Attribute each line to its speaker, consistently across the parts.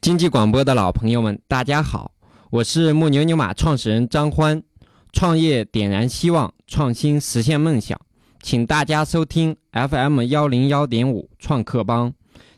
Speaker 1: 经济广播的老朋友们，大家好，我是木牛牛马创始人张欢，创业点燃希望，创新实现梦想，请大家收听 FM 幺零幺点五创客帮，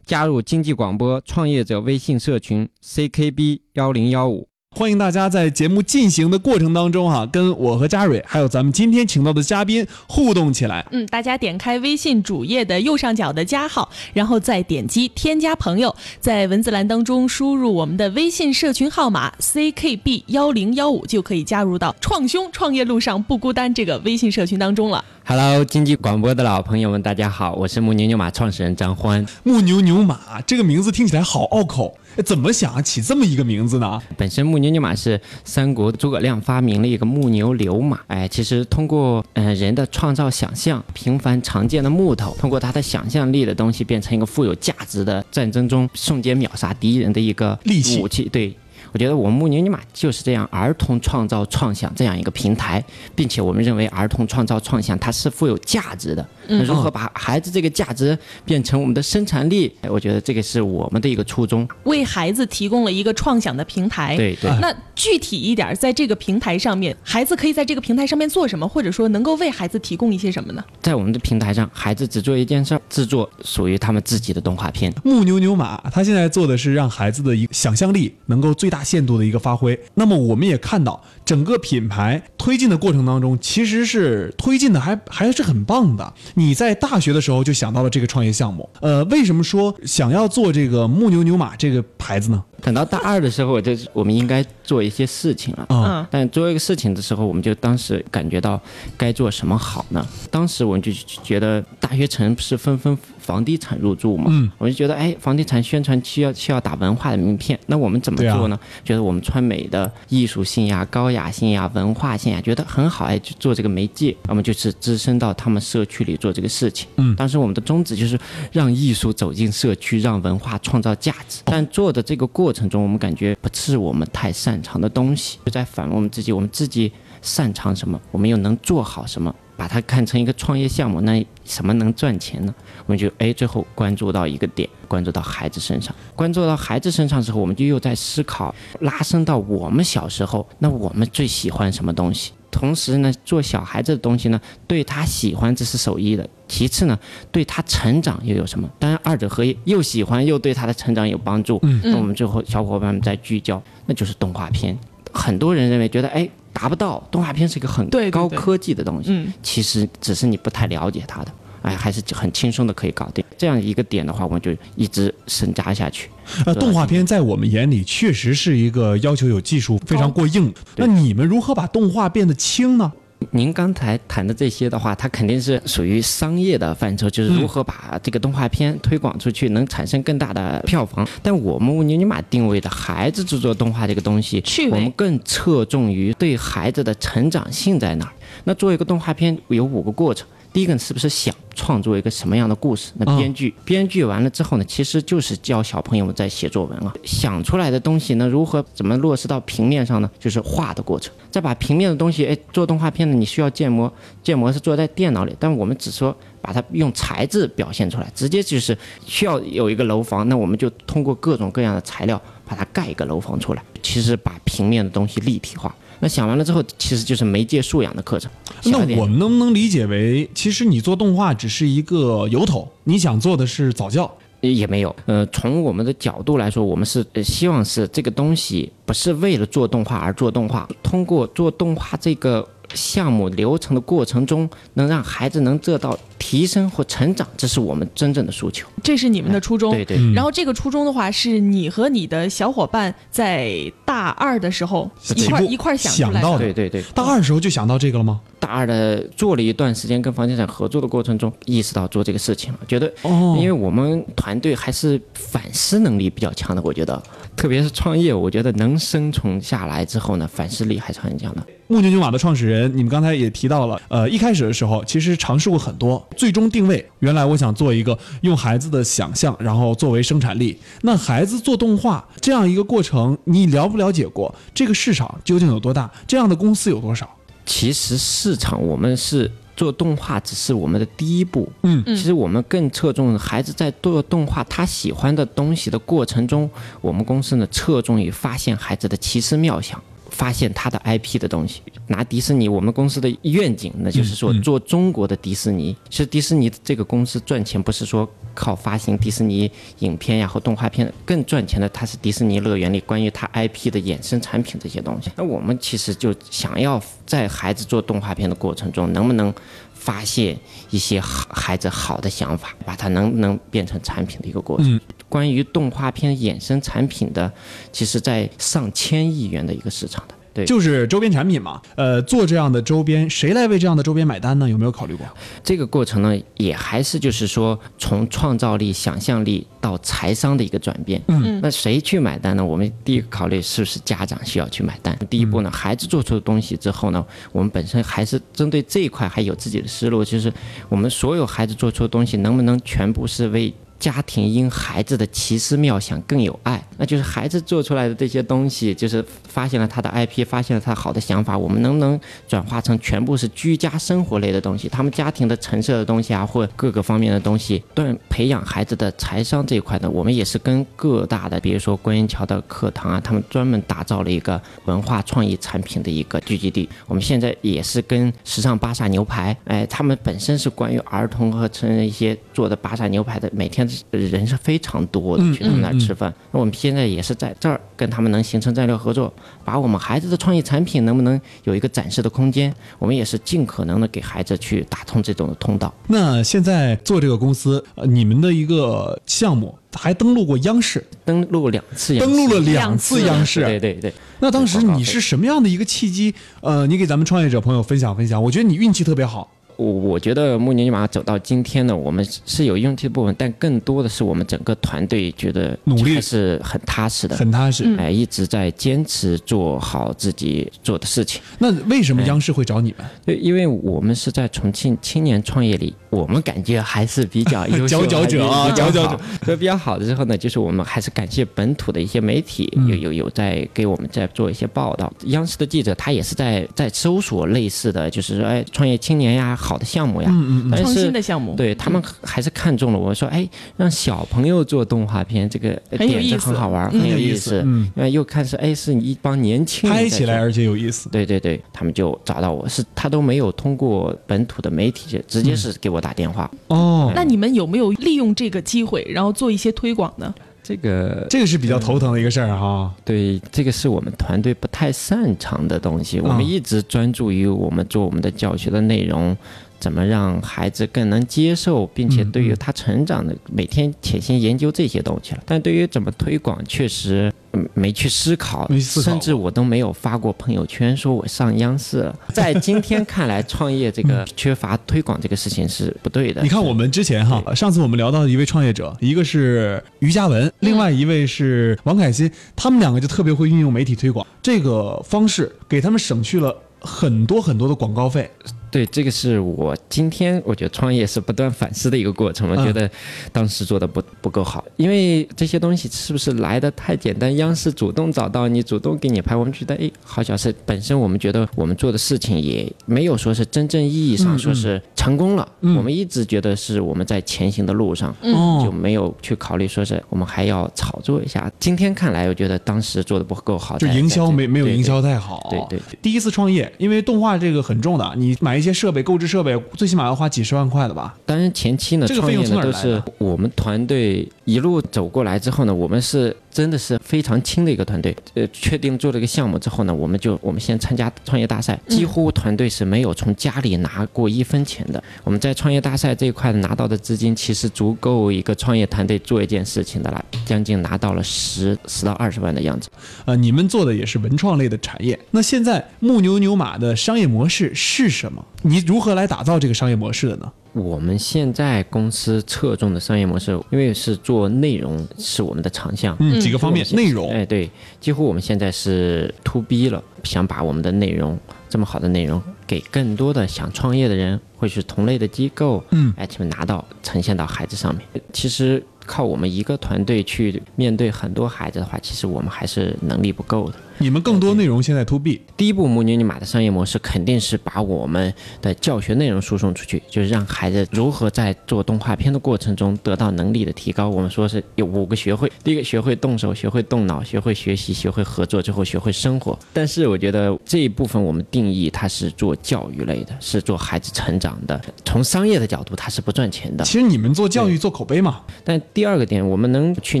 Speaker 1: 加入经济广播创业者微信社群 CKB 幺零幺五。
Speaker 2: 欢迎大家在节目进行的过程当中哈、跟我和嘉蕊还有咱们今天请到的嘉宾互动起来。
Speaker 3: 嗯，大家点开微信主页的右上角的加号，然后再点击添加朋友，在文字栏当中输入我们的微信社群号码 ckb 幺零幺五，就可以加入到“创兄创业路上不孤单”这个微信社群当中了。
Speaker 1: Hello，经济广播的老朋友们，大家好，我是木牛牛马创始人张欢。
Speaker 2: 木牛牛马这个名字听起来好拗口，哎怎么想起这么一个名字呢？
Speaker 1: 本身木牛牛马是三国诸葛亮发明了一个木牛流马，哎，其实通过呃人的创造想象，平凡常见的木头，通过他的想象力的东西，变成一个富有价值的战争中瞬间秒杀敌人的一个
Speaker 2: 利器
Speaker 1: 武器。对，我觉得我们木牛牛马就是这样儿童创造创想这样一个平台，并且我们认为儿童创造创想它是富有价值的。那如何把孩子这个价值变成我们的生产力？哎我觉得这个是我们的一个初衷。
Speaker 3: 为孩子提供了一个创想的平台。。
Speaker 1: 对对。
Speaker 3: 那具体一点，在这个平台上面，孩子可以在这个平台上面做什么，或者说能够为孩子提供一些什么呢？
Speaker 1: 在我们的平台上，孩子只做一件事儿，制作属于他们自己的动画片。
Speaker 2: 木牛牛马，它现在做的是让孩子的一个想象力能够最大限度的一个发挥。那么我们也看到，整个品牌推进的过程当中，其实是推进的还还是很棒的。你在大学的时候就想到了这个创业项目，呃，为什么说想要做这个木牛牛马这个牌子呢？
Speaker 1: 等到大二的时候，我就我们应该做一些事情了。
Speaker 2: 啊
Speaker 1: 但做一个事情的时候，我们就当时感觉到该做什么好呢？当时我们就觉得大学城是纷纷房地产入驻嘛，
Speaker 2: 嗯
Speaker 1: 我就觉得哎，房地产宣传需要需要打文化的名片，那我们怎么
Speaker 2: 对啊
Speaker 1: 做呢？觉得我们川美的艺术性呀、高雅性呀、文化性呀，觉得很好，哎，就做这个媒介，那么就是滋生到他们社区里做这个事情。
Speaker 2: 嗯
Speaker 1: 当时我们的宗旨就是让艺术走进社区，让文化创造价值。但做的这个过程中，我们感觉不是我们太擅长的东西，就在反问我们自己：我们自己擅长什么？我们又能做好什么？把它看成一个创业项目，那什么能赚钱呢？我们就哎，最后关注到一个点，关注到孩子身上，关注到孩子身上之后，我们就又在思考，拉伸到我们小时候，那我们最喜欢什么东西？同时呢，做小孩子的东西呢，对他喜欢这是首一的。其次呢，对他成长又有什么？当然，二者合一，又喜欢又对他的成长有帮助。嗯，那我们最后小伙伴们在聚焦，那就是动画片。很多人认为觉得哎达不到，动画片是一个很
Speaker 3: 对对
Speaker 1: 高
Speaker 3: 对
Speaker 1: 科技的东西，
Speaker 3: 嗯
Speaker 1: 其实只是你不太了解它的。哎，还是很轻松的可以搞定这样一个点的话，我们就一直深扎下去。
Speaker 2: 呃，动画片在我们眼里确实是一个要求有技术非常过硬。那
Speaker 1: 对
Speaker 2: 你们如何把动画变得轻呢？
Speaker 1: 您刚才谈的这些的话，它肯定是属于商业的范畴，就是如何把这个动画片推广出去，能产生更大的票房。但我们牛尼玛定位的孩子制作动画这个东西，
Speaker 3: 趣味
Speaker 1: 我们更侧重于对孩子的成长性在哪儿。那做一个动画片有五个过程。第一个是不是想创作一个什么样的故事？那
Speaker 2: 嗯
Speaker 1: 编剧、编剧完了之后呢，其实就是教小朋友们在写作文啊，想出来的东西呢，如何怎么落实到平面上呢？就是画的过程，再把平面的东西，哎，做动画片呢，你需要建模，建模是做在电脑里，但我们只说把它用材质表现出来，直接就是需要有一个楼房，那我们就通过各种各样的材料把它盖一个楼房出来，其实把平面的东西立体化。那想完了之后，其实就是媒介素养的课程。
Speaker 2: 那
Speaker 1: 小一点
Speaker 2: 我们能不能理解为，其实你做动画只是一个由头，你想做的是早教？
Speaker 1: 也没有。呃，从我们的角度来说，我们是、呃希望是这个东西不是为了做动画而做动画，通过做动画这个项目流程的过程中，能让孩子能得到提升或成长，这是我们真正的诉求。
Speaker 3: 这是你们的初衷。
Speaker 1: 哎对对。
Speaker 2: 嗯
Speaker 3: 然后这个初衷的话，是你和你的小伙伴在大二的时候一块
Speaker 2: 起步
Speaker 3: 一块想出
Speaker 2: 想
Speaker 3: 来
Speaker 2: 到
Speaker 3: 的。
Speaker 2: 的
Speaker 1: 对对对，
Speaker 2: 大二时候就想到这个了吗？
Speaker 1: 大二的做了一段时间跟房地产合作的过程中，意识到做这个事情了，觉得
Speaker 2: 哦
Speaker 1: 因为我们团队还是反思能力比较强的，我觉得，特别是创业，我觉得能生存下来之后呢，反思力还是很强的。
Speaker 2: 木牛牛马的创始人，你们刚才也提到了，呃，一开始的时候其实尝试过很多，最终定位原来我想做一个用孩子的想象，然后作为生产力。那孩子做动画这样一个过程，你了不了解过这个市场究竟有多大？这样的公司有多少？
Speaker 1: 其实市场我们是做动画只是我们的第一步，
Speaker 2: 嗯
Speaker 1: 其实我们更侧重孩子在做动画他喜欢的东西的过程中，我们公司呢侧重于发现孩子的奇思妙想。发现他的 IP 的东西，拿迪士尼，我们公司的愿景，那就是说
Speaker 2: 嗯嗯
Speaker 1: 做中国的迪士尼。其实迪士尼这个公司赚钱不是说靠发行迪士尼影片呀和动画片，更赚钱的它是迪士尼乐园里关于它 IP 的衍生产品这些东西。那我们其实就想要在孩子做动画片的过程中，能不能发现一些好孩子好的想法，把它能能变成产品的一个过程。关于动画片衍生产品的，其实在上千亿元的一个市场的，对，
Speaker 2: 就是周边产品嘛。呃，做这样的周边，谁来为这样的周边买单呢？有没有考虑过？
Speaker 1: 这个过程呢，也还是就是说，从创造力、想象力到财商的一个转变。嗯，那谁去买单呢？我们第一个考虑是不是家长需要去买单。第一步呢，孩子做出东西之后呢，我们本身还是针对这一块还有自己的思路，就是我们所有孩子做出的东西，能不能全部是为家庭因孩子的奇思妙想更有爱，那就是孩子做出来的这些东西，就是发现了他的 IP，发现了他好的想法，我们能不能转化成全部是居家生活类的东西，他们家庭的陈设的东西啊，或各个方面的东西，锻培养孩子的财商这一块呢，我们也是跟各大的，比如说观音桥的课堂啊，他们专门打造了一个文化创意产品的一个聚集地。我们现在也是跟时尚巴萨牛排，哎，他们本身是关于儿童和成人一些做的巴萨牛排的，每天呃人是非常多
Speaker 2: 嗯
Speaker 1: 的，去他们那儿吃饭。那我们现在也是在这儿跟他们能形成战略合作，把我们孩子的创意产品能不能有一个展示的空间，我们也是尽可能的给孩子去打通这种通道。
Speaker 2: 那现在做这个公司，呃，你们的一个项目还登录过央视，
Speaker 1: 登录两次也是，
Speaker 2: 登录了两
Speaker 3: 两
Speaker 2: 次
Speaker 3: 次
Speaker 2: 央视。
Speaker 1: 对对对，
Speaker 2: 那当时你是什么样的一个契机？呃，你给咱们创业者朋友分享分享。我觉得你运气特别好。
Speaker 1: 我我觉得穆尼马走到今天呢，我们是有运气的部分，但更多的是我们整个团队觉得
Speaker 2: 努力
Speaker 1: 还是很踏实的，
Speaker 2: 很踏实。
Speaker 1: 哎，一直在坚持做好自己做的事情。
Speaker 2: 那为什么央视会找你们？
Speaker 1: 对，因为我们是在重庆青年创业里，我们感觉还是比较 优秀
Speaker 2: 佼佼者
Speaker 1: 还
Speaker 2: 啊
Speaker 1: 是比较
Speaker 2: 佼佼
Speaker 1: 好
Speaker 2: 者。
Speaker 1: 所以比较好的之后呢，就是我们还是感谢本土的一些媒体
Speaker 2: 嗯
Speaker 1: 有有有在给我们在做一些报道。央视的记者他也是在在搜索类似的，就是说哎创业青年呀，好的项目呀，
Speaker 2: 嗯嗯
Speaker 1: 但
Speaker 3: 创
Speaker 1: 是
Speaker 3: 新的项目，
Speaker 1: 对他们还是看中了我说，哎，让小朋友做动画片，这个呃
Speaker 3: 很有
Speaker 1: 点
Speaker 3: 意
Speaker 1: 子
Speaker 3: 思
Speaker 1: 很好玩，
Speaker 3: 嗯
Speaker 1: 很有意思。
Speaker 2: 嗯，
Speaker 1: 因为又看是哎，是一帮年轻人在
Speaker 2: 拍起来
Speaker 1: 做。
Speaker 2: 而且有意思。
Speaker 1: 对对对，他们就找到我，是他都没有通过本土的媒体，直接是给我打电话。
Speaker 2: 哦，
Speaker 3: 那你们有没有利用这个机会，然后做一些推广呢？
Speaker 1: 这个
Speaker 2: 这个是比较头疼的一个事儿哈。
Speaker 1: 对，这个是我们团队不太擅长的东西。我
Speaker 2: 啊
Speaker 1: 们一直专注于我们做我们的教学的内容，怎么让孩子更能接受，并且
Speaker 2: 嗯
Speaker 1: 对于
Speaker 2: 嗯
Speaker 1: 他成长的每天潜心研究这些东西了。但对于怎么推广，确实嗯没去思考
Speaker 2: 没，思考
Speaker 1: 甚至我都没有发过朋友圈说我上央视了。在今天看来，创业这个缺乏推广这个事情是不对的。
Speaker 2: 嗯你看，我们之前哈，上次我们聊到一位创业者，一个是于嘉
Speaker 1: 嗯
Speaker 2: 文，另外一位是王凯欣，他们两个就特别会运用媒体推广这个方式，给他们省去了很多很多的广告费。
Speaker 1: 对，这个是我今天我觉得创业是不断反思的一个过程。我
Speaker 2: 嗯
Speaker 1: 觉得当时做的不不够好，因为这些东西是不是来的太简单？央视主动找到你，主动给你拍，我们觉得哎，好像是本身我们觉得我们做的事情也没有说是真正意义
Speaker 2: 嗯
Speaker 1: 上
Speaker 2: 嗯
Speaker 1: 说是成功了。
Speaker 2: 嗯
Speaker 1: 我们一直觉得是我们在前行的路上。就
Speaker 2: 哦，
Speaker 1: 没有去考虑说是我们还要炒作一下。今天看来，我觉得当时做的不够好，
Speaker 2: 就
Speaker 1: 在
Speaker 2: 营
Speaker 1: 在
Speaker 2: 销
Speaker 1: 这
Speaker 2: 没没有
Speaker 1: 对
Speaker 2: 营
Speaker 1: 对
Speaker 2: 销太好。
Speaker 1: 对对
Speaker 2: 第一次创业，因为动画这个很重的，你买一些设备、购置设备，最起码要花几十万块的吧？
Speaker 1: 当然前期呢，
Speaker 2: 这个
Speaker 1: 创
Speaker 2: 费
Speaker 1: 业
Speaker 2: 用
Speaker 1: 呢
Speaker 2: 从
Speaker 1: 都
Speaker 2: 哪儿来
Speaker 1: 是
Speaker 2: 的
Speaker 1: 我们团队一路走过来之后呢，我们是真的是非常轻的一个团队。呃，确定做了一个项目之后呢，我们就我们先参加创业大赛，
Speaker 2: 嗯
Speaker 1: 几乎团队是没有从家里拿过一分钱的。我们在创业大赛这一块拿到的资金，其实足够一个创业团队做一件事情的了，将近拿到了十十到二十万的样子。
Speaker 2: 呃，你们做的也是文创类的产业。那现在木牛牛马的商业模式是什么？你如何来打造这个商业模式的呢？
Speaker 1: 我们现在公司侧重的商业模式，因为是做内容是我们的长项，
Speaker 2: 嗯，几个方面，内容，
Speaker 1: 哎，对，几乎我们现在是 to B 了，想把我们的内容这么好的内容给更多的想创业的人，或许同类的机构，
Speaker 2: 嗯
Speaker 1: 哎，去拿到呈现到孩子上面。其实靠我们一个团队去面对很多孩子的话，其实我们还是能力不够的。
Speaker 2: 你们更多内容现在 to B，
Speaker 1: 第一步，母女你马的商业模式肯定是把我们的教学内容输送出去，就是让孩子如何在做动画片的过程中得到能力的提高。我们说是有五个学会，第一个学会动手，学会动脑，学会学习，学会合作，最后学会生活。但是我觉得这一部分我们定义它是做教育类的，是做孩子成长的。从商业的角度，它是不赚 钱的。
Speaker 2: 其实你们做教育做口碑嘛，
Speaker 1: 但第二个点，我们能去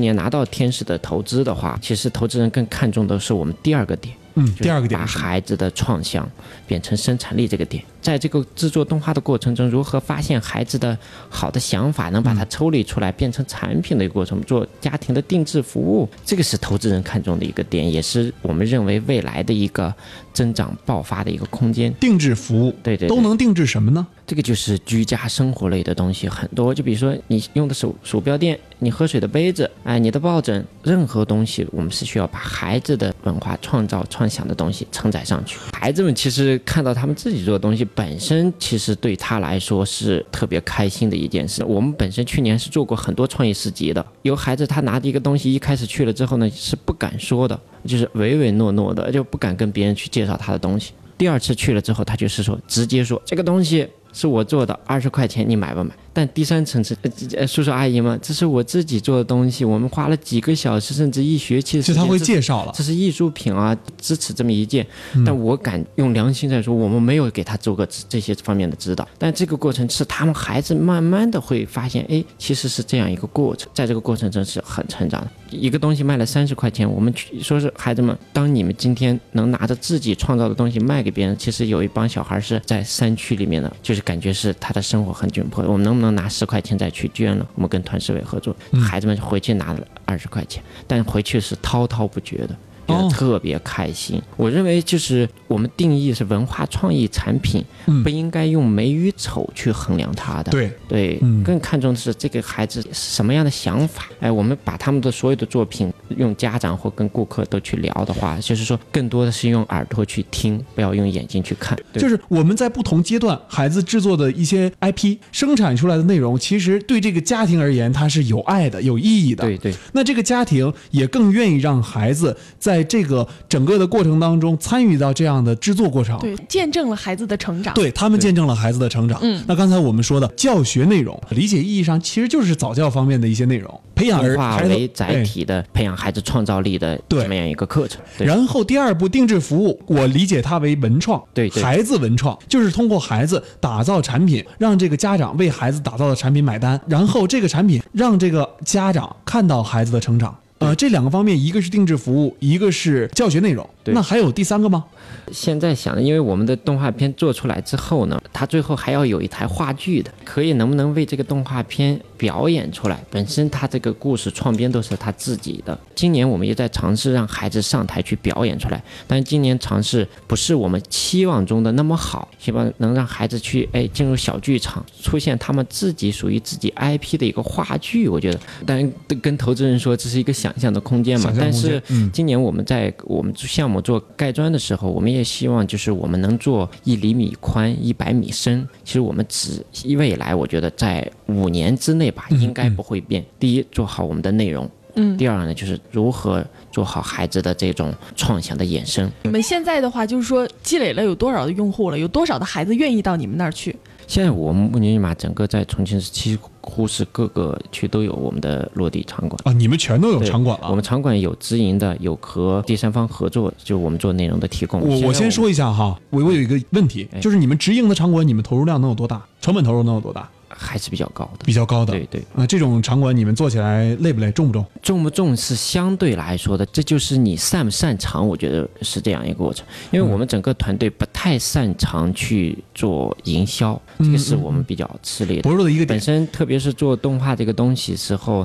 Speaker 1: 年拿到天使的投资的话，其实投资人更看重的是我们第二个点。
Speaker 2: 嗯，
Speaker 1: 就是
Speaker 2: 第二个点
Speaker 1: 把
Speaker 2: 是什么
Speaker 1: 孩子的创想变成生产力这个点，在这个制作动画的过程中，如何发现孩子的好的想法，能把
Speaker 2: 嗯
Speaker 1: 它抽离出来，变成产品的一个过程，做家庭的定制服务，这个是投资人看重的一个点，也是我们认为未来的一个增长爆发的一个空间。
Speaker 2: 定制服务，
Speaker 1: 对对对
Speaker 2: 都能定制什么呢？
Speaker 1: 这个就是居家生活类的东西很多，就比如说你用的手鼠标垫，你喝水的杯子，哎，你的抱枕，任何东西，我们是需要把孩子的文化创造、创想的东西承载上去。孩子们其实看到他们自己做的东西本身，其实对他来说是特别开心的一件事。我们本身去年是做过很多创意市集的，有孩子他拿着一个东西一开始去了之后呢，是不敢说的，就是唯唯诺诺的，就不敢跟别人去介绍他的东西。第二次去了之后，他就是说直接说这个东西是我做的，二十块钱你买不买？但第三层是、呃呃叔叔阿姨们，这是我自己做的东西，我们花了几个小时甚至一学期的时
Speaker 2: 就
Speaker 1: 间，
Speaker 2: 他会
Speaker 1: 这
Speaker 2: 介绍了，
Speaker 1: 这是艺术品啊，支持这么一件。但我敢用良心在说，我们没有给他做过这这些方面的指导。但这个过程是他们孩子慢慢的会发现，哎，其实是这样一个过程，在这个过程中是很成长的。一个东西卖了三十块钱，我们去说是孩子们，当你们今天能拿着自己创造的东西卖给别人，其实有一帮小孩是在山区里面的，就是感觉是他的生活很窘迫。我们能不能拿十块钱再去捐了？我们跟团市委合作，孩子们回去拿了二十块钱，但回去是滔滔不绝的。觉
Speaker 2: 哦
Speaker 1: 得特别开心。我认为就是我们定义是文化创意产品，
Speaker 2: 嗯
Speaker 1: 不应该用美与丑去衡量它的。
Speaker 2: 对，
Speaker 1: 对
Speaker 2: 嗯
Speaker 1: 更看重的是这个孩子是什么样的想法。哎，我们把他们的所有的作品，用家长或跟顾客都去聊的话，就是说更多的是用耳朵去听，不要用眼睛去看。对
Speaker 2: 就是我们在不同阶段，孩子制作的一些 IP 生产出来的内容，其实对这个家庭而言，它是有爱的、有意义的。
Speaker 1: 对对，
Speaker 2: 那这个家庭也更愿意让孩子在这个整个的过程当中参与到这样的制作过程。
Speaker 3: 对，见证了孩子的成长。
Speaker 2: 哦对他们见证了孩子的成长。
Speaker 3: 嗯
Speaker 2: 那刚才我们说的教学内容，理解意义上其实就是早教方面的一些内容，培养儿
Speaker 1: 动画
Speaker 2: 孩子
Speaker 1: 为载
Speaker 2: 哎
Speaker 1: 体的培养孩子创造力的
Speaker 2: 对
Speaker 1: 这么样一个课程。对
Speaker 2: 然后第二步定制服务，我理解它为文创，
Speaker 1: 对对
Speaker 2: 孩子文创就是通过孩子打造产品，让这个家长为孩子打造的产品买单，然后这个产品让这个家长看到孩子的成长。呃，这两个方面，一个是定制服务，一个是教学内容。
Speaker 1: 对
Speaker 2: 那还有第三个吗？
Speaker 1: 现在想，因为我们的动画片做出来之后呢，它最后还要有一台话剧的，可以能不能为这个动画片表演出来？本身他这个故事创编都是他自己的。今年我们也在尝试让孩子上台去表演出来，但是今年尝试不是我们期望中的那么好，希望能让孩子去哎进入小剧场，出现他们自己属于自己 IP 的一个话剧。我觉得，但是跟投资人说这是一个想象的空间嘛
Speaker 2: 想，象
Speaker 1: 但
Speaker 2: 空间
Speaker 1: 是
Speaker 2: 嗯
Speaker 1: 今年我们在我们项目做盖砖的时候，我们也希望就是我们能做一厘米宽、一百米深。其实我们只未来我觉得在五年之内吧，
Speaker 2: 嗯
Speaker 1: 应该不会变。第一，做好我们的内容。
Speaker 3: 嗯
Speaker 1: 第二呢，就是如何做好孩子的这种创想的衍生。
Speaker 3: 你们现在的话，就是说积累了有多少的用户了，有多少的孩子愿意到你们那儿去？
Speaker 1: 现在我们慕尼马整个在重庆市几乎是各个区都有我们的落地场馆。
Speaker 2: 啊，你们全都有
Speaker 1: 对
Speaker 2: 场馆
Speaker 1: 我
Speaker 2: 了。啊
Speaker 1: 们场馆有直营的，有和第三方合作，就我们做内容的提供。
Speaker 2: 我
Speaker 1: 现在
Speaker 2: 我先说一下哈，我我有一个问题，
Speaker 1: 哎
Speaker 2: 就是你们直营的场馆，你们投入量能有多大？成本投入能有多大？
Speaker 1: 还是比较高的，
Speaker 2: 比较高的。
Speaker 1: 对对。
Speaker 2: 啊、这种场馆你们做起来累不累？重不重？
Speaker 1: 重不重是相对来说的，这就是你擅不擅长，我觉得是这样一个过程。因为我们整个团队不太擅长去做营销，这个是我们比较吃力的。
Speaker 2: 薄弱的一个点
Speaker 1: 本。身特别是做动画这个东西时候，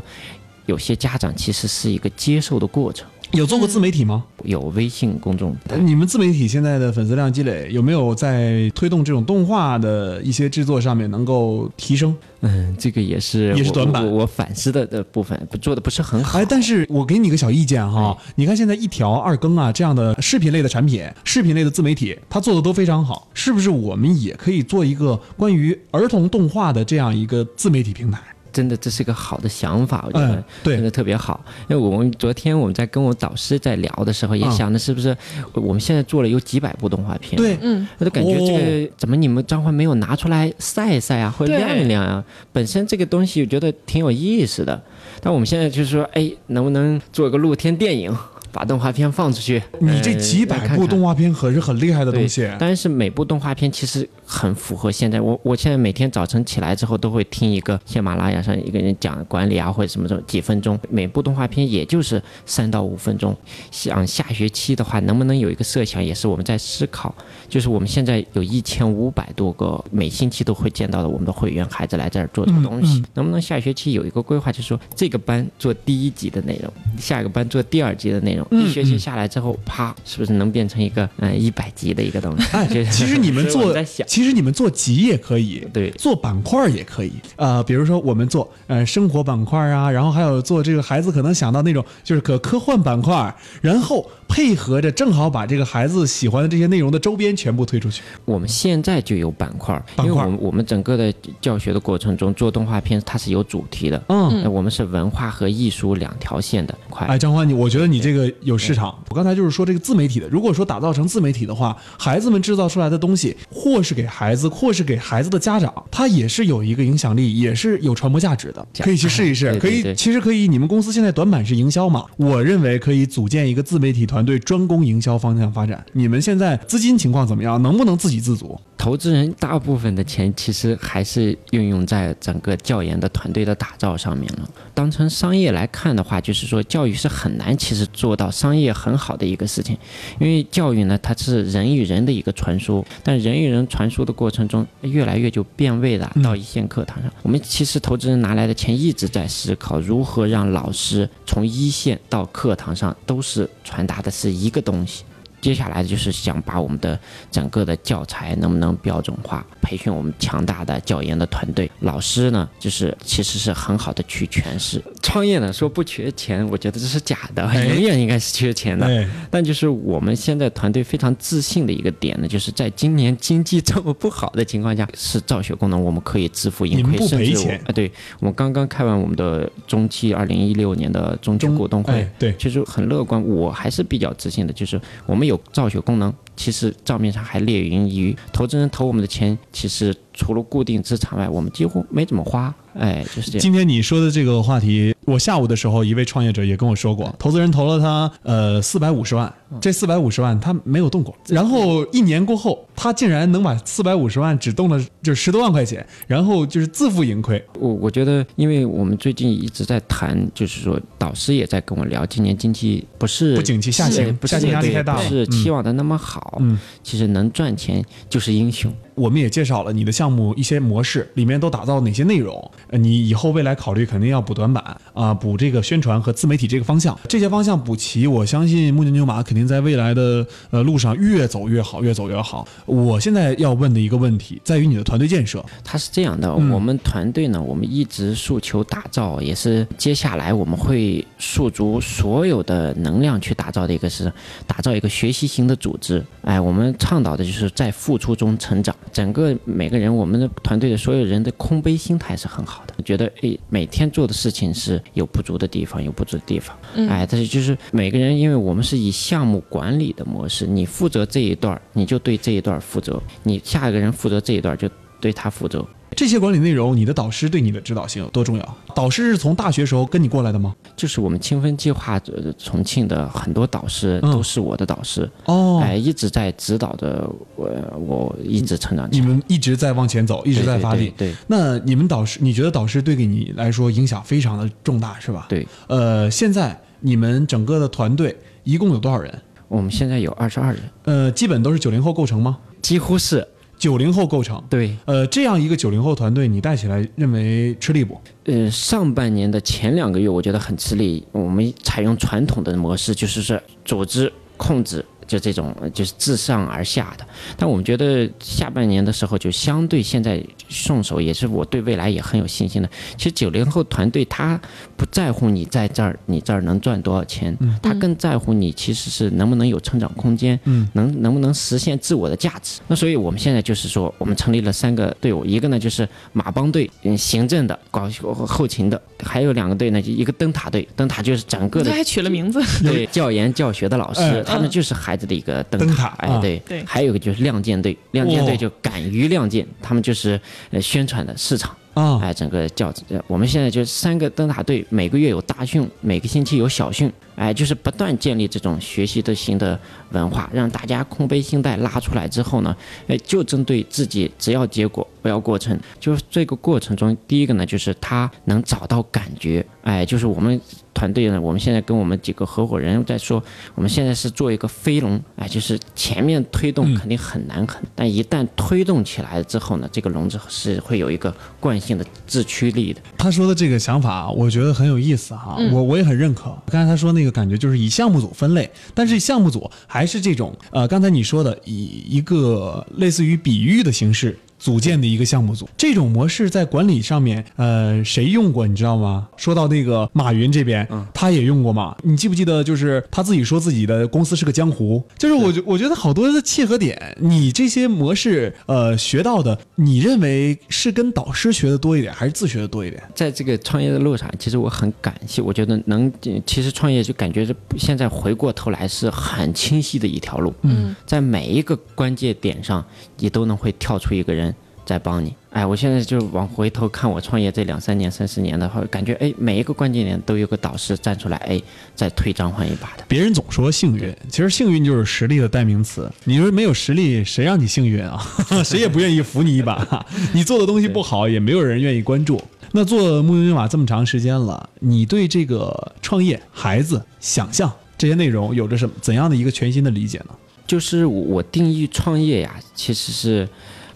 Speaker 1: 有些家长其实是一个接受的过程。
Speaker 2: 有做过自媒体吗？
Speaker 1: 有微信公众
Speaker 2: 呃你们自媒体现在的粉丝量积累有没有在推动这种动画的一些制作上面能够提升？
Speaker 1: 嗯，这个也是
Speaker 2: 也是
Speaker 1: 我
Speaker 2: 短板
Speaker 1: 我我反思的的部分不做的不是很好。
Speaker 2: 哎，但是我给你个小意见哈，
Speaker 1: 哎
Speaker 2: 你看现在一条、二更啊这样的视频类的产品、视频类的自媒体，它做的都非常好，是不是我们也可以做一个关于儿童动画的这样一个自媒体平台？
Speaker 1: 真的这是个好的想法，我觉得
Speaker 2: 嗯对
Speaker 1: 真的特别好。因为我们昨天我们在跟我导师在聊的时候，也
Speaker 2: 嗯
Speaker 1: 想的是不是我们现在做了有几百部动画片，
Speaker 2: 对，哦
Speaker 3: 嗯，
Speaker 1: 我就感觉这个怎么你们张焕没有拿出来晒一晒啊，或者
Speaker 3: 对
Speaker 1: 晾一晾啊？本身这个东西我觉得挺有意思的，但我们现在就是说，哎，能不能做个露天电影，把动画片放出去？
Speaker 2: 你这几
Speaker 1: 呃
Speaker 2: 百
Speaker 1: 看
Speaker 2: 部
Speaker 1: 看
Speaker 2: 动画片可是很厉害的
Speaker 1: 对
Speaker 2: 东西。
Speaker 1: 但是每部动画片其实很符合现在我，我现在每天早晨起来之后都会听一个喜马拉雅上一个人讲管理啊或者什么什么几分钟，每部动画片也就是三到五分钟。想下学期的话，能不能有一个设想，也是我们在思考，就是我们现在有一千五百多个每星期都会见到的我们的会员孩子来这儿做这个东西，能不能下学期有一个规划，就是说这个班做第一集的内容，下一个班做第二集的内容，
Speaker 2: 嗯
Speaker 1: 一学期下来之后，啪，是不是能变成一个嗯一百集的一个东 西？
Speaker 2: 哎
Speaker 1: 就是
Speaker 2: 其实你们
Speaker 1: 所以我
Speaker 2: 做
Speaker 1: 在想，，
Speaker 2: 其实你们做集也可以，
Speaker 1: 对
Speaker 2: 做板块儿也可以。呃，比如说我们做呃生活板块儿啊，然后还有做这个孩子可能想到那种就是可科幻板块儿，然后配合着正好把这个孩子喜欢的这些内容的周边全部推出去。
Speaker 1: 我们现在就有板块儿，
Speaker 2: 板块
Speaker 1: 因为我们我们整个的教学的过程中做动画片，它是有主题的。呃
Speaker 2: 嗯，
Speaker 1: 那我们是文化和艺术两条线的块。
Speaker 2: 哎，张欢，你我觉得你这个有
Speaker 1: 哎
Speaker 2: 市场。我刚才就是说这个自媒体的，如果说打造成自媒体的话，孩子们制造出来的东西，或是给孩子，或是给孩子的家长，它也是有一个影响力，也是有传播价值的，可以去试一试。
Speaker 1: 哎对对
Speaker 2: 可以，
Speaker 1: 对
Speaker 2: 其实可以，你们公司现在短板是营销嘛？我认为可以组建一个自媒体团队，专攻营销方向发展。你们现在资金情况怎么样？能不能自给自足？
Speaker 1: 投资人大部分的钱其实还是运用在整个教研的团队的打造上面了。当成商业来看的话，就是说教育是很难其实做到商业很好的一个事情，因为教育呢它是人与人的一个传输，但人与人传输的过程中越来越就变味了，到一线课堂上，我们其实投资人拿来的钱一直在思考如何让老师从一线到课堂上都是传达的是一个东西。接下来就是想把我们的整个的教材能不能标准化，培训我们强大的教研的团队。老师呢，就是其实是很好的去诠释。创业呢，说不缺钱，我觉得这是假的，
Speaker 2: 哎
Speaker 1: 永远应该是缺钱的。
Speaker 2: 哎，
Speaker 1: 但就是我们现在团队非常自信的一个点呢，就是在今年经济这么不好的情况下，是造血功能我们可以自负盈
Speaker 2: 你们
Speaker 1: 亏，
Speaker 2: 不
Speaker 1: 甚
Speaker 2: 赔
Speaker 1: 至我
Speaker 2: 钱
Speaker 1: 啊，对我们刚刚开完我们的中期二零一六年的中期
Speaker 2: 中
Speaker 1: 股东会，
Speaker 2: 哎对
Speaker 1: 其实很乐观，我还是比较自信的，就是我们有造血功能。其实账面上还列云一隅，投资人投我们的钱，其实除了固定资产外，我们几乎没怎么花，哎，就是这样。
Speaker 2: 今天你说的这个话题，我下午的时候，一位创业者也跟我说过，投资人投了他呃四百五十万，
Speaker 1: 嗯
Speaker 2: 这四百五十万他没有动过，然后一年过后，他竟然能把四百五十万只动了就是十多万块钱，然后就是自负盈亏。
Speaker 1: 我我觉得，因为我们最近一直在谈，就是说导师也在跟我聊，今年经济不是
Speaker 2: 不景气下
Speaker 1: 是
Speaker 2: 行
Speaker 1: 不是
Speaker 2: 下行压力
Speaker 1: 对
Speaker 2: 太大了
Speaker 1: 不是
Speaker 2: 嗯
Speaker 1: 期望的那么好。
Speaker 2: 嗯，
Speaker 1: 其实能赚钱就是英雄。
Speaker 2: 我们也介绍了你的项目一些模式，里面都打造哪些内容？呃你以后未来考虑肯定要补短板啊、补这个宣传和自媒体这个方向，这些方向补齐，我相信木牛牛马肯定在未来的呃路上越走越好，越走越好。我现在要问的一个问题在于你的团队建设，
Speaker 1: 它是这样的，
Speaker 2: 嗯
Speaker 1: 我们团队呢，我们一直诉求打造，也是接下来我们会诉足所有的能量去打造的一个是打造一个学习型的组织。哎，我们倡导的就是在付出中成长。整个每个人，我们的团队的所有人的空杯心态是很好的，觉得哎，每天做的事情是有不足的地方，有不足的地方。
Speaker 3: 嗯
Speaker 1: 哎，但是就是每个人，因为我们是以项目管理的模式，你负责这一段儿，你就对这一段儿负责；你下一个人负责这一段儿，就对他负责。
Speaker 2: 这些管理内容，你的导师对你的指导性有多重要？导师是从大学时候跟你过来的吗？
Speaker 1: 就是我们清分计划，呃，重庆的很多导师
Speaker 2: 嗯
Speaker 1: 都是我的导师，
Speaker 2: 哦，
Speaker 1: 哎，一直在指导着我，我一直成长起
Speaker 2: 你
Speaker 1: 来，
Speaker 2: 们一直在往前嗯走，一
Speaker 1: 一
Speaker 2: 直在发力。
Speaker 1: 对对对
Speaker 2: 那你们导师，你觉得导师对给你来说影响非常的重大，是吧？
Speaker 1: 对
Speaker 2: 呃，现在你们整个的团队一共有多少人？
Speaker 1: 我们现在有二十二人，
Speaker 2: 呃，基本都是九零后构成吗？
Speaker 1: 几乎是
Speaker 2: 九零后构成。
Speaker 1: 对，
Speaker 2: 呃，这样一个九零后团队，你带起来认为吃力不？
Speaker 1: 呃，上半年的前两个月，我觉得很吃力。我们采用传统的模式，就是说组织控制，就这种呃就是自上而下的。但我们觉得下半年的时候，就相对现在送手，也是我对未来也很有信心的。其实九零后团队他不在乎你在这儿，你这儿能赚多少钱，他更在乎你其实是能不能有成长空间，
Speaker 2: 嗯
Speaker 1: 能能不能实现自我的价值。那所以我们现在就是说，我们成立了三个队伍，一个呢就是马帮队，嗯，行政的搞后勤的，还有两个队呢，就一个灯塔队，灯塔就是整个
Speaker 3: 这
Speaker 1: 的
Speaker 3: 还取了名字，
Speaker 1: 对教研教学的老师，
Speaker 2: 嗯
Speaker 1: 他们就是孩子的一个灯
Speaker 2: 灯塔
Speaker 1: 哎
Speaker 2: 啊，
Speaker 1: 对，
Speaker 3: 对
Speaker 1: 还有一个就是亮剑队，亮剑
Speaker 2: 哦
Speaker 1: 队就敢于亮剑，他们就是呃宣传的市场，
Speaker 2: 啊，
Speaker 1: 哎，整个教，呃我们现在就三个灯塔队，每个月有大训，每个星期有小训，哎，就是不断建立这种学习的型的文化，让大家空杯心态拉出来之后呢，哎，就针对自己，只要结果不要过程，就是这个过程中，第一个呢，就是他能找到感觉，哎，就是我们团队呢，我们现在跟我们几个合伙人在说，我们现在是做一个飞龙，哎，就是前面推动肯定很难很，但一旦推动起来之后呢，这个笼子是会有一个惯性的自驱力的，
Speaker 2: 他说的这个想法，我觉得很有意思哈、
Speaker 3: 嗯
Speaker 2: 我我也很认可。刚才他说那个感觉就是以项目组分类，但是项目组还是这种呃，刚才你说的以一个类似于比喻的形式组建的一个项目组，这种模式在管理上面，呃，谁用过你知道吗？说到那个马云这边，他也用过嘛。你记不记得，就是他自己说自己的公司是个江湖，就是我觉我觉得好多的契合点，你这些模式呃学到的，你认为是跟导师学的多一点，还是自学的多一点？
Speaker 1: 在这个创业的路上，其实我很感谢，我觉得能，呃其实创业就感觉是现在回过头来是很清晰的一条路，
Speaker 3: 嗯，
Speaker 1: 在每一个关键点上，你都能会跳出一个人在帮你。哎，我现在就往回头看我创业这两三年、三四年的话，感觉哎，每一个关键点都有个导师站出来，哎，在推张换一把的。
Speaker 2: 别人总说幸运，其实幸运就是实力的代名词。你说没有实力，谁让你幸运啊？ 谁也不愿意扶你一 把。你做的东西不好，也没有人愿意关注。那做木牛牛马这么长时间了，你对这个创业、孩子、想象这些内容有着什么怎样的一个全新的理解呢？
Speaker 1: 就是我我定义创业呀，其实是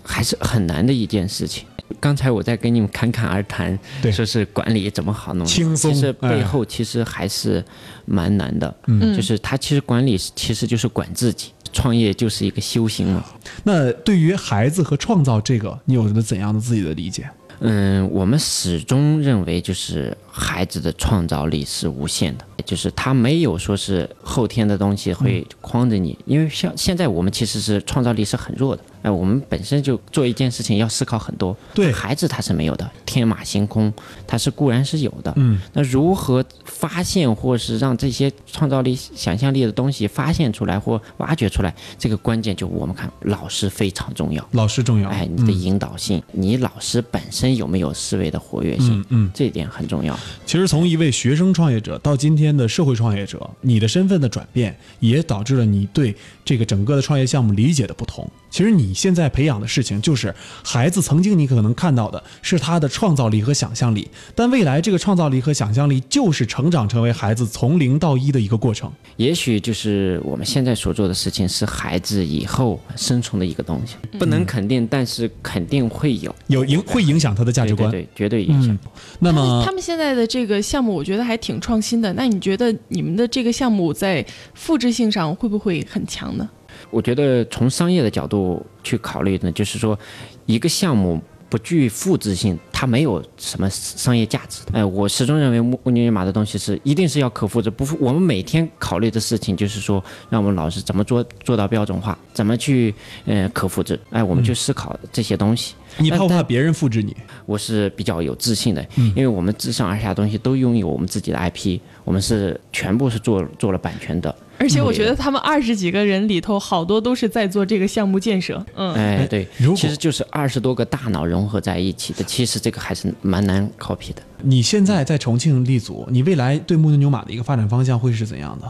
Speaker 1: 还是很难的一件事情。刚才我在跟你们侃侃而谈
Speaker 2: 对，
Speaker 1: 说是管理怎么好弄，
Speaker 2: 轻松
Speaker 1: 其实
Speaker 2: 哎
Speaker 1: 背后其实还是蛮难的。
Speaker 2: 嗯
Speaker 1: 就是它其实管理其实就是管自己，创业就是一个修行嘛。
Speaker 2: 那对于孩子和创造这个，你有着怎样的自己的理解？
Speaker 1: 嗯，我们始终认为，就是孩子的创造力是无限的，就是他没有说是后天的东西会
Speaker 2: 嗯
Speaker 1: 框着你，因为像现在我们其实是创造力是很弱的，哎，我们本身就做一件事情要思考很多，
Speaker 2: 对
Speaker 1: 孩子他是没有的，天马行空他是固然是有的，
Speaker 2: 嗯，
Speaker 1: 那如何发现或是让这些创造力、想象力的东西发现出来或挖掘出来，这个关键就我们看老师非常重要。
Speaker 2: 老师重要。
Speaker 1: 哎，你的引导性，你老师本身有没有思维的活跃性，
Speaker 2: 嗯嗯，
Speaker 1: 这一点很重要。
Speaker 2: 其实从一位学生创业者到今天的社会创业者，你的身份的转变，也导致了你对这个整个的创业项目理解的不同。其实你现在培养的事情，就是孩子曾经你可能看到的是他的创造力和想象力，但未来这个创造力和想象力就是成长成为孩子从零到一的一个过程。
Speaker 1: 也许就是我们现在所做的事情，是孩子以后生存的一个东西，
Speaker 2: 嗯
Speaker 1: 不能肯定，但是肯定会有
Speaker 2: 有影会影响他的价值观，
Speaker 1: 对对对，绝对影响。
Speaker 2: 嗯，那么
Speaker 3: 他们现在的这个项目，我觉得还挺创新的。那你觉得你们的这个项目在复制性上会不会很强呢？
Speaker 1: 我觉得从商业的角度去考虑呢，就是说，一个项目不具复制性，它没有什么商业价值。哎，我始终认为木木牛马的东西是一定是要可复制，不复我们每天考虑的事情就是说，让我们老师怎么做做到标准化，怎么去呃可复制。哎，我们去思考这些东西。
Speaker 2: 你怕不怕别人复制你？
Speaker 1: 我是比较有自信的，因为我们自上而下的东西都拥有我们自己的 IP，我们是全部是做做了版权的。
Speaker 3: 而且我
Speaker 1: 对
Speaker 3: 觉得他们二十几个人里头，好多都是在做这个项目建设。嗯，
Speaker 1: 哎，对，
Speaker 2: 如果
Speaker 1: 其实就是二十多个大脑融合在一起的，其实这个还是蛮难 copy 的。
Speaker 2: 你现在在重庆立足，你未来对木牛牛马的一个发展方向会是怎样的？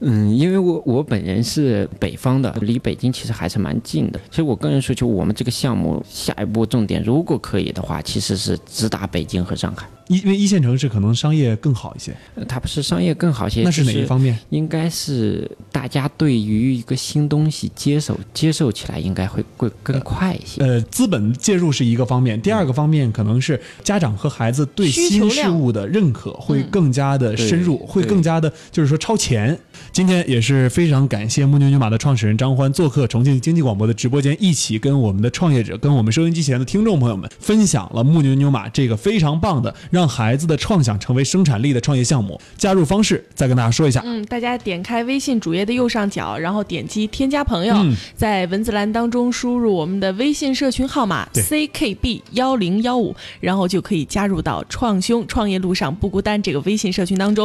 Speaker 1: 嗯，因为我我本人是北方的，离北京其实还是蛮近的。所以我个人说，就我们这个项目下一步重点，如果可以的话，其实是直达北京和上海。
Speaker 2: 一因为一线城市可能商业更好一些，
Speaker 1: 呃它不是商业更好些，
Speaker 2: 那是哪一？方面？
Speaker 1: 应该是大家对于一个新东西接受接受起来，应该会会更快一些。
Speaker 2: 呃，资本介入是一个方面，第二个方面可能是家长和孩子对
Speaker 3: 需求
Speaker 2: 新事
Speaker 3: 量
Speaker 2: 物的认可会
Speaker 3: 嗯
Speaker 2: 更加的深入，
Speaker 1: 对
Speaker 2: 会更加的就是说超前。今天也是非常感谢木牛牛马的创始人张欢做客重庆经济广播的直播间，一起跟我们的创业者、跟我们收音机前的听众朋友们分享了木牛牛马这个非常棒的让孩子的创想成为生产力的创业项目。加入方式再跟大家说一下，
Speaker 3: 嗯，大家点开微信主页的右上角，然后点击添加朋友，
Speaker 2: 嗯
Speaker 3: 在文字栏当中输入我们的微信社群号码
Speaker 2: 对
Speaker 3: CKB 幺零幺五，然后就可以加入到“创兄创业路上不孤单”这个微信社群当中。